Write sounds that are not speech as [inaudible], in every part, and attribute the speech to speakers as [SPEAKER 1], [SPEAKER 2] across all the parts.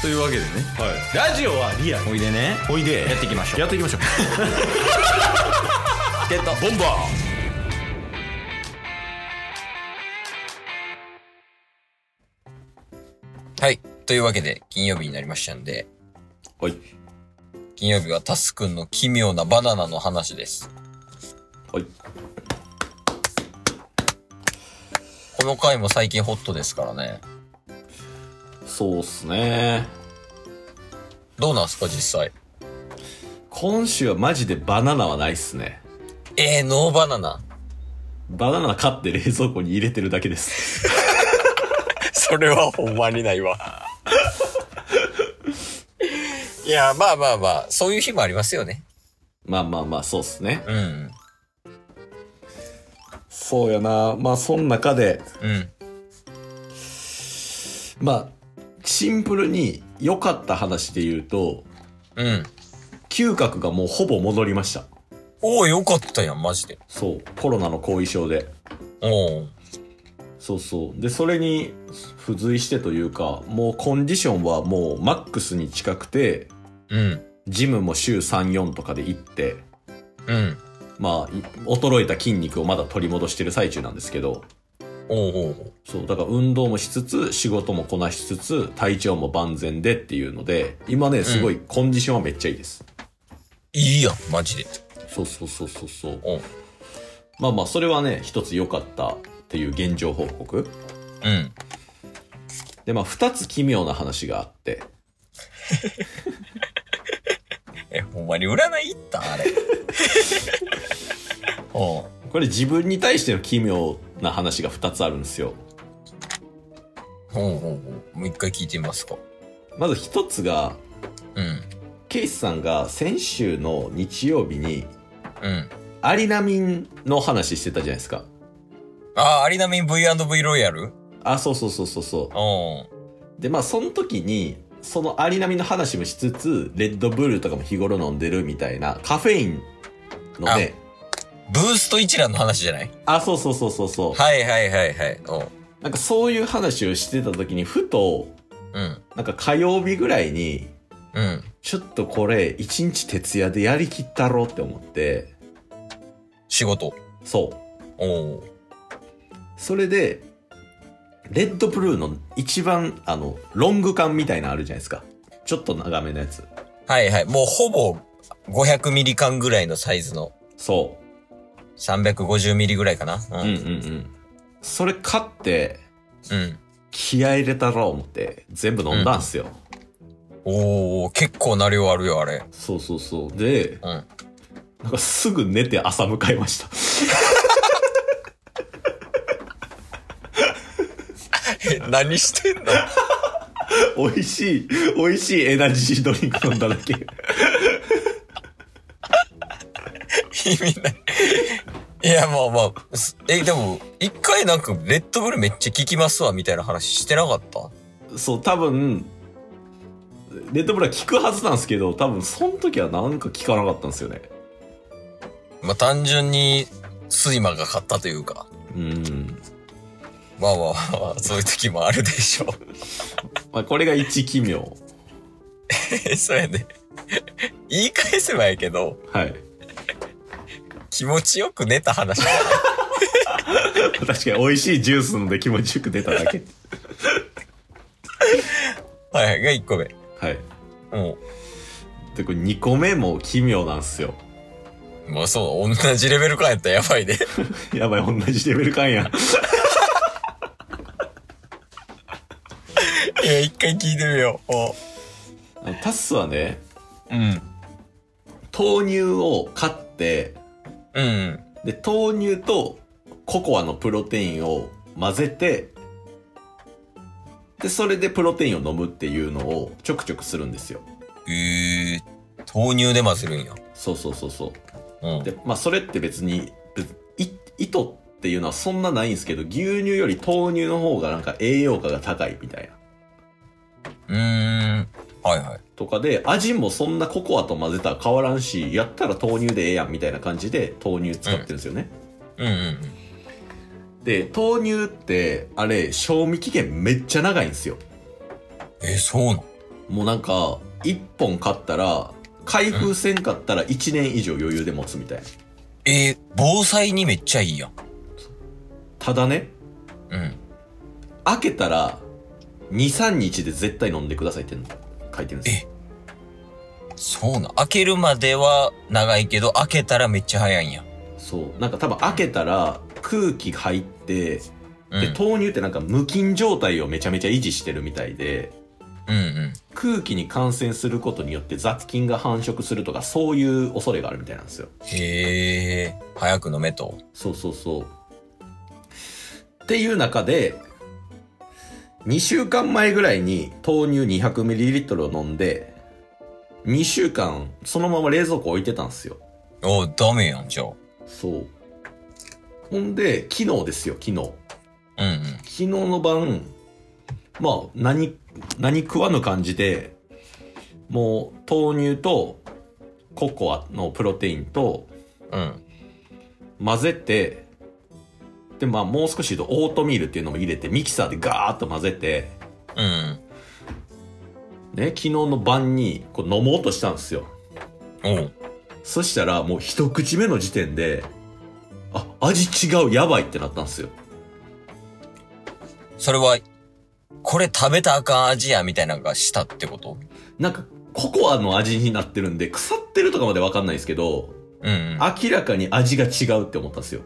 [SPEAKER 1] というわけでね
[SPEAKER 2] はい、ラジオはリアル
[SPEAKER 1] おいでね
[SPEAKER 2] おいで
[SPEAKER 1] やっていきましょう
[SPEAKER 2] やってい
[SPEAKER 1] [laughs]
[SPEAKER 2] きましょう
[SPEAKER 1] ゲットボンバー
[SPEAKER 3] はい。というわけで、金曜日になりましたんで、
[SPEAKER 1] はい
[SPEAKER 3] 金曜日はタスくんの奇妙なバナナの話です。
[SPEAKER 1] はい
[SPEAKER 3] この回も最近ホットですからね。
[SPEAKER 1] そうっすね
[SPEAKER 3] どうなんすか、実際。
[SPEAKER 1] 今週はマジでバナナはないっすね
[SPEAKER 3] えー、ノーバナナ。
[SPEAKER 1] バナナ買って冷蔵庫に入れてるだけです
[SPEAKER 3] それはほんまにないわ。いや、まあまあまあ、そういう日もありますよね。
[SPEAKER 1] まあまあまあそうっすね
[SPEAKER 3] うん。
[SPEAKER 1] そうやなまあそん中で
[SPEAKER 3] うん。
[SPEAKER 1] まあシンプルに良かった話で言うと
[SPEAKER 3] うん。
[SPEAKER 1] 嗅覚がもうほぼ戻りました
[SPEAKER 3] おお、よかったやん、マジで。
[SPEAKER 1] そうコロナの後遺症で
[SPEAKER 3] おお。
[SPEAKER 1] そうそうでそれに付随してというかもうコンディションはもうマックスに近くて
[SPEAKER 3] うん。
[SPEAKER 1] ジムも週34とかで行って
[SPEAKER 3] うん。
[SPEAKER 1] まあい衰えた筋肉をまだ取り戻してる最中なんですけど
[SPEAKER 3] おうおうおう
[SPEAKER 1] そうだから運動もしつつ仕事もこなしつつ体調も万全でっていうので今ねすごいコンディションはめっちゃいいです、
[SPEAKER 3] いいやん、マジで。
[SPEAKER 1] そうそうそうそうそう
[SPEAKER 3] おう
[SPEAKER 1] まあまあそれはね一つ良かったっていう現状報告
[SPEAKER 3] うん。
[SPEAKER 1] でまあ二つ奇妙な話があって
[SPEAKER 3] え、ほんまに占い行ったあれ。 [laughs] おう
[SPEAKER 1] これ自分に対しての奇妙な話が二つあるんですよ
[SPEAKER 3] ほうほうほう。もう一回聞いてみますか。
[SPEAKER 1] まず一つが
[SPEAKER 3] うん。
[SPEAKER 1] ケイスさんが先週の日曜日に
[SPEAKER 3] うん。
[SPEAKER 1] アリナミンの話してたじゃないですか
[SPEAKER 3] ああ、アリナミン V&V ロイヤル
[SPEAKER 1] あそうそうそうそうそう
[SPEAKER 3] おう
[SPEAKER 1] でまあその時にそのアリナミの話もしつつレッドブルとかも日頃飲んでるみたいなカフェインのね
[SPEAKER 3] ブースト一覧の話じゃない
[SPEAKER 1] あそうそうそうそうそう、
[SPEAKER 3] はいはいはいはい。おう
[SPEAKER 1] なんかそういう話をしてた時にふと
[SPEAKER 3] うん。
[SPEAKER 1] なんか火曜日ぐらいに
[SPEAKER 3] うん。
[SPEAKER 1] ちょっとこれ一日徹夜でやりきったろって思って
[SPEAKER 3] 仕事。
[SPEAKER 1] そう
[SPEAKER 3] おう
[SPEAKER 1] それでレッドブルーの一番あのロング缶みたいなのあるじゃないですかちょっと長めのやつ
[SPEAKER 3] はいはい。もうほぼ500ミリ缶ぐらいのサイズの
[SPEAKER 1] そ
[SPEAKER 3] 350ミリぐらいかな。
[SPEAKER 1] う、
[SPEAKER 3] う
[SPEAKER 1] うん、うん
[SPEAKER 3] ん。
[SPEAKER 1] うんそれ買って
[SPEAKER 3] うん。
[SPEAKER 1] 気合入れたろう思って全部飲んだんすよ、
[SPEAKER 3] おお結構な量あるよ、あれ。
[SPEAKER 1] そうそうそうで
[SPEAKER 3] うん。
[SPEAKER 1] なんかすぐ寝て朝迎えました [laughs]
[SPEAKER 3] え、 [laughs] 何してんの
[SPEAKER 1] 美味しい美味しいエナジードリンク飲んだだけ
[SPEAKER 3] [laughs] 意味ない。いや、まあまあ、すえ、でも、一回なんか、レッドブルめっちゃ効きますわ、みたいな話してなかった
[SPEAKER 1] そう多分レッドブルは効くはずなんですけど多分その時はなんか効かなかったんですよね
[SPEAKER 3] まあ、単純に、睡魔が勝ったというか。
[SPEAKER 1] うん、
[SPEAKER 3] まあまあまあまあ、そういう時もあるでしょう。
[SPEAKER 1] まあ、これが一奇妙
[SPEAKER 3] え、そうやね。言い返せばやけど、
[SPEAKER 1] はい [laughs]
[SPEAKER 3] 気持ちよく寝た話。
[SPEAKER 1] 確かに美味しいジュース飲んで気持ちよく出ただ
[SPEAKER 3] [laughs]
[SPEAKER 1] け
[SPEAKER 3] はいはい、が1個目。
[SPEAKER 1] はい
[SPEAKER 3] も
[SPEAKER 1] でこれ2個目も奇妙なんすよ
[SPEAKER 3] う、まあそう、同じレベル感やったらやばいね。
[SPEAKER 1] やばい同じレベル感や
[SPEAKER 3] [laughs] いや、一回聞いてみよう。お
[SPEAKER 1] あのタスはね
[SPEAKER 3] うん。
[SPEAKER 1] 豆乳を買って
[SPEAKER 3] うん。
[SPEAKER 1] で豆乳とココアのプロテインを混ぜてでそれでプロテインを飲むっていうのをちょくちょくするんですよ
[SPEAKER 3] えー、豆乳で混ぜるんや。
[SPEAKER 1] そうそうそうそう
[SPEAKER 3] うん。
[SPEAKER 1] でまあそれって別に別い糸っていうのはそんなないんですけど牛乳より豆乳の方がなんか栄養価が高いみたいな
[SPEAKER 3] うーん。はいはい。
[SPEAKER 1] とかで味もそんなココアと混ぜたら変わらんしやったら豆乳でええやんみたいな感じで豆乳使ってるんですよね、
[SPEAKER 3] うんうんうん。
[SPEAKER 1] で豆乳ってあれ賞味期限めっちゃ長いんですよ
[SPEAKER 3] えー、そうなの
[SPEAKER 1] もうなんか、1本買ったら、開封せんかったら1年以上余裕で持つみたいな。
[SPEAKER 3] えー、防災にめっちゃいいやん。
[SPEAKER 1] ただね、
[SPEAKER 3] うん。
[SPEAKER 1] 開けたら、2、3日で絶対飲んでくださいって書いてるんですよ。
[SPEAKER 3] そうなん。開けるまでは長いけど、開けたらめっちゃ早いんや。
[SPEAKER 1] そう。なんか多分開けたら、空気入って、
[SPEAKER 3] うん。
[SPEAKER 1] で、豆乳ってなんか無菌状態をめちゃめちゃ維持してるみたいで、
[SPEAKER 3] うんうん。
[SPEAKER 1] 空気に感染することによって雑菌が繁殖するとか、そういう恐れがあるみたいなんですよ。
[SPEAKER 3] へえ。早く飲めと。
[SPEAKER 1] そうそうそう。っていう中で、2週間前ぐらいに豆乳 200ml を飲んで、2週間そのまま冷蔵庫置いてたんですよ。
[SPEAKER 3] おうダメやん、じゃあ。
[SPEAKER 1] そう。ほんで、昨日ですよ、昨日。
[SPEAKER 3] うんうん。
[SPEAKER 1] 昨日の晩、まあ、何、何食わぬ感じで、もう豆乳とココアのプロテインと
[SPEAKER 3] うん。
[SPEAKER 1] 混ぜて、で、まあ、もう少し言うと、オートミールっていうのも入れて、ミキサーでガーッと混ぜて、
[SPEAKER 3] うん
[SPEAKER 1] ね、昨日の晩にこう飲もうとしたんですよ。
[SPEAKER 3] うん。おう
[SPEAKER 1] そしたら、もう一口目の時点で、あ、味違う、やばいってなったんですよ。
[SPEAKER 3] それは、これ食べたらあかん味や、みたいなのがしたってこと
[SPEAKER 1] なんか、ココアの味になってるんで、腐ってるとかまでわかんないですけど、
[SPEAKER 3] うんうん。
[SPEAKER 1] 明らかに味が違うって思ったんですよ。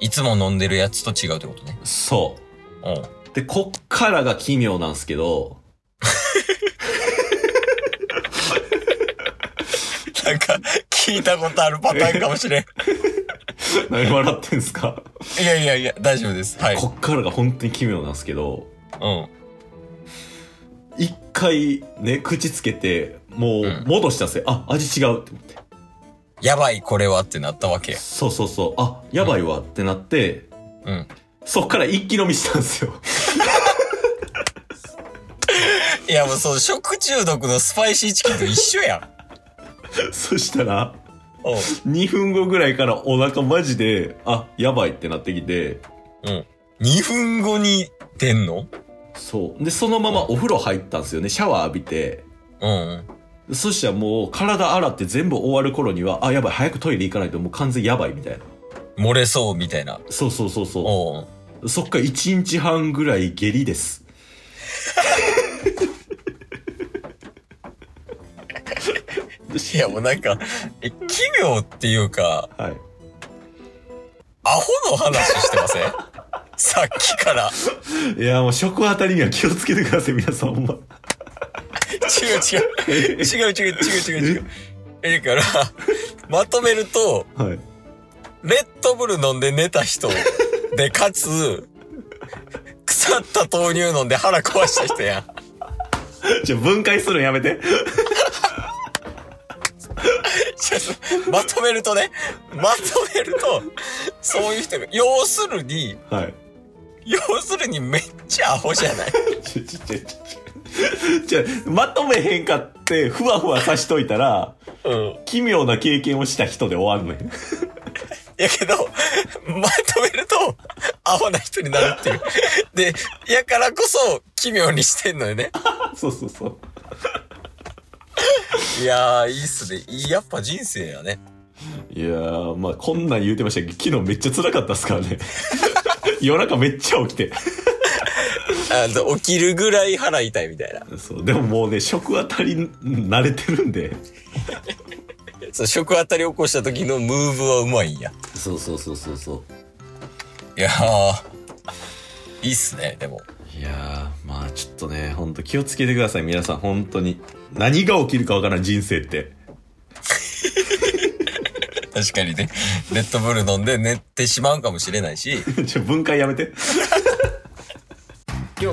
[SPEAKER 3] いつも飲んでるやつと違うってことね。
[SPEAKER 1] そ
[SPEAKER 3] [laughs] おう
[SPEAKER 1] う。で、こっからが奇妙なんですけど、 [laughs]
[SPEAKER 3] なんか、聞いたことあるパターンかもしれん。
[SPEAKER 1] 何笑ってんすか
[SPEAKER 3] [laughs] いやいやいや、大丈夫です。はい。
[SPEAKER 1] こっからが本当に奇妙なんですけど、
[SPEAKER 3] うん。
[SPEAKER 1] 一回ね、口つけて、
[SPEAKER 3] う
[SPEAKER 1] も
[SPEAKER 3] ん
[SPEAKER 1] う戻したんですよ。あ、味違うって思って。
[SPEAKER 3] やばい、これはってなったわけや。
[SPEAKER 1] そうそうそう。あ、やばいわってなって、
[SPEAKER 3] うん。
[SPEAKER 1] そっから一気飲みしたんで
[SPEAKER 3] [laughs]
[SPEAKER 1] すよ。
[SPEAKER 3] いや、もうそう、食中毒のスパイシーチキンと一緒や [laughs] ん。
[SPEAKER 1] そしたら、
[SPEAKER 3] おう
[SPEAKER 1] 2分後ぐらいからお腹マジで、あ、やばいってなってきて、
[SPEAKER 3] 2分後に出んの
[SPEAKER 1] そう。で、そのままお風呂入ったんですよね。シャワー浴びて。
[SPEAKER 3] うんうん。
[SPEAKER 1] そしたらもう体洗って全部終わる頃には、あ、やばい、早くトイレ行かないともう完全やばいみたいな。
[SPEAKER 3] 漏れそうみたいな。
[SPEAKER 1] そうそうそうそ
[SPEAKER 3] おう
[SPEAKER 1] う。そっから1日半ぐらい下痢です。
[SPEAKER 3] いや、もうなんか、え、奇妙っていうか、
[SPEAKER 1] はい。
[SPEAKER 3] アホの話してません [laughs] さっきから。
[SPEAKER 1] いや、もう食あたりには気をつけてください、皆さん、ほんま。
[SPEAKER 3] 違う違う。違う違う違う違う違う。え、だから、まとめると、
[SPEAKER 1] はい。
[SPEAKER 3] レッドブル飲んで寝た人で、かつ、腐った豆乳飲んで腹壊した人やん。
[SPEAKER 1] じゃあ分解するのやめて。
[SPEAKER 3] ちょっとまとめるとね、まとめると、そういう人が、要するに、
[SPEAKER 1] はい。
[SPEAKER 3] 要するにめっちゃアホじゃない。
[SPEAKER 1] ちょ、ちょ、ちょ、ちょ。じゃあまとめへんかって、ふわふわさしといたら、
[SPEAKER 3] うん。
[SPEAKER 1] 奇妙な経験をした人で終わんねん。
[SPEAKER 3] やけど、まとめると、アホな人になるっていう。で、やからこそ、奇妙にしてんのよね。
[SPEAKER 1] そうそうそう。
[SPEAKER 3] いやー、いいっすね。いいやっぱ人生やね。
[SPEAKER 1] いやー、まあこんなん言うてましたけど、昨日めっちゃ辛かったっすからね。夜中めっちゃ起きて。
[SPEAKER 3] あの、起きるぐらい腹痛いみたいな。
[SPEAKER 1] そう、でももうね、食あたり慣れてるんで。
[SPEAKER 3] そう、食当たり起こした時のムーブはうまいんや。
[SPEAKER 1] そうそうそうそうそ
[SPEAKER 3] いやー、いいっすね、でも。
[SPEAKER 1] う。いやー、まあちょっとね、ほんと気をつけてください、皆さん、本当に。何が起きるかわからん人生って。 [laughs]
[SPEAKER 3] 確かにね、レッドブル飲んで寝てしまうかもしれないし、
[SPEAKER 1] ちょ、分解やめて。
[SPEAKER 4] 今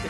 [SPEAKER 2] す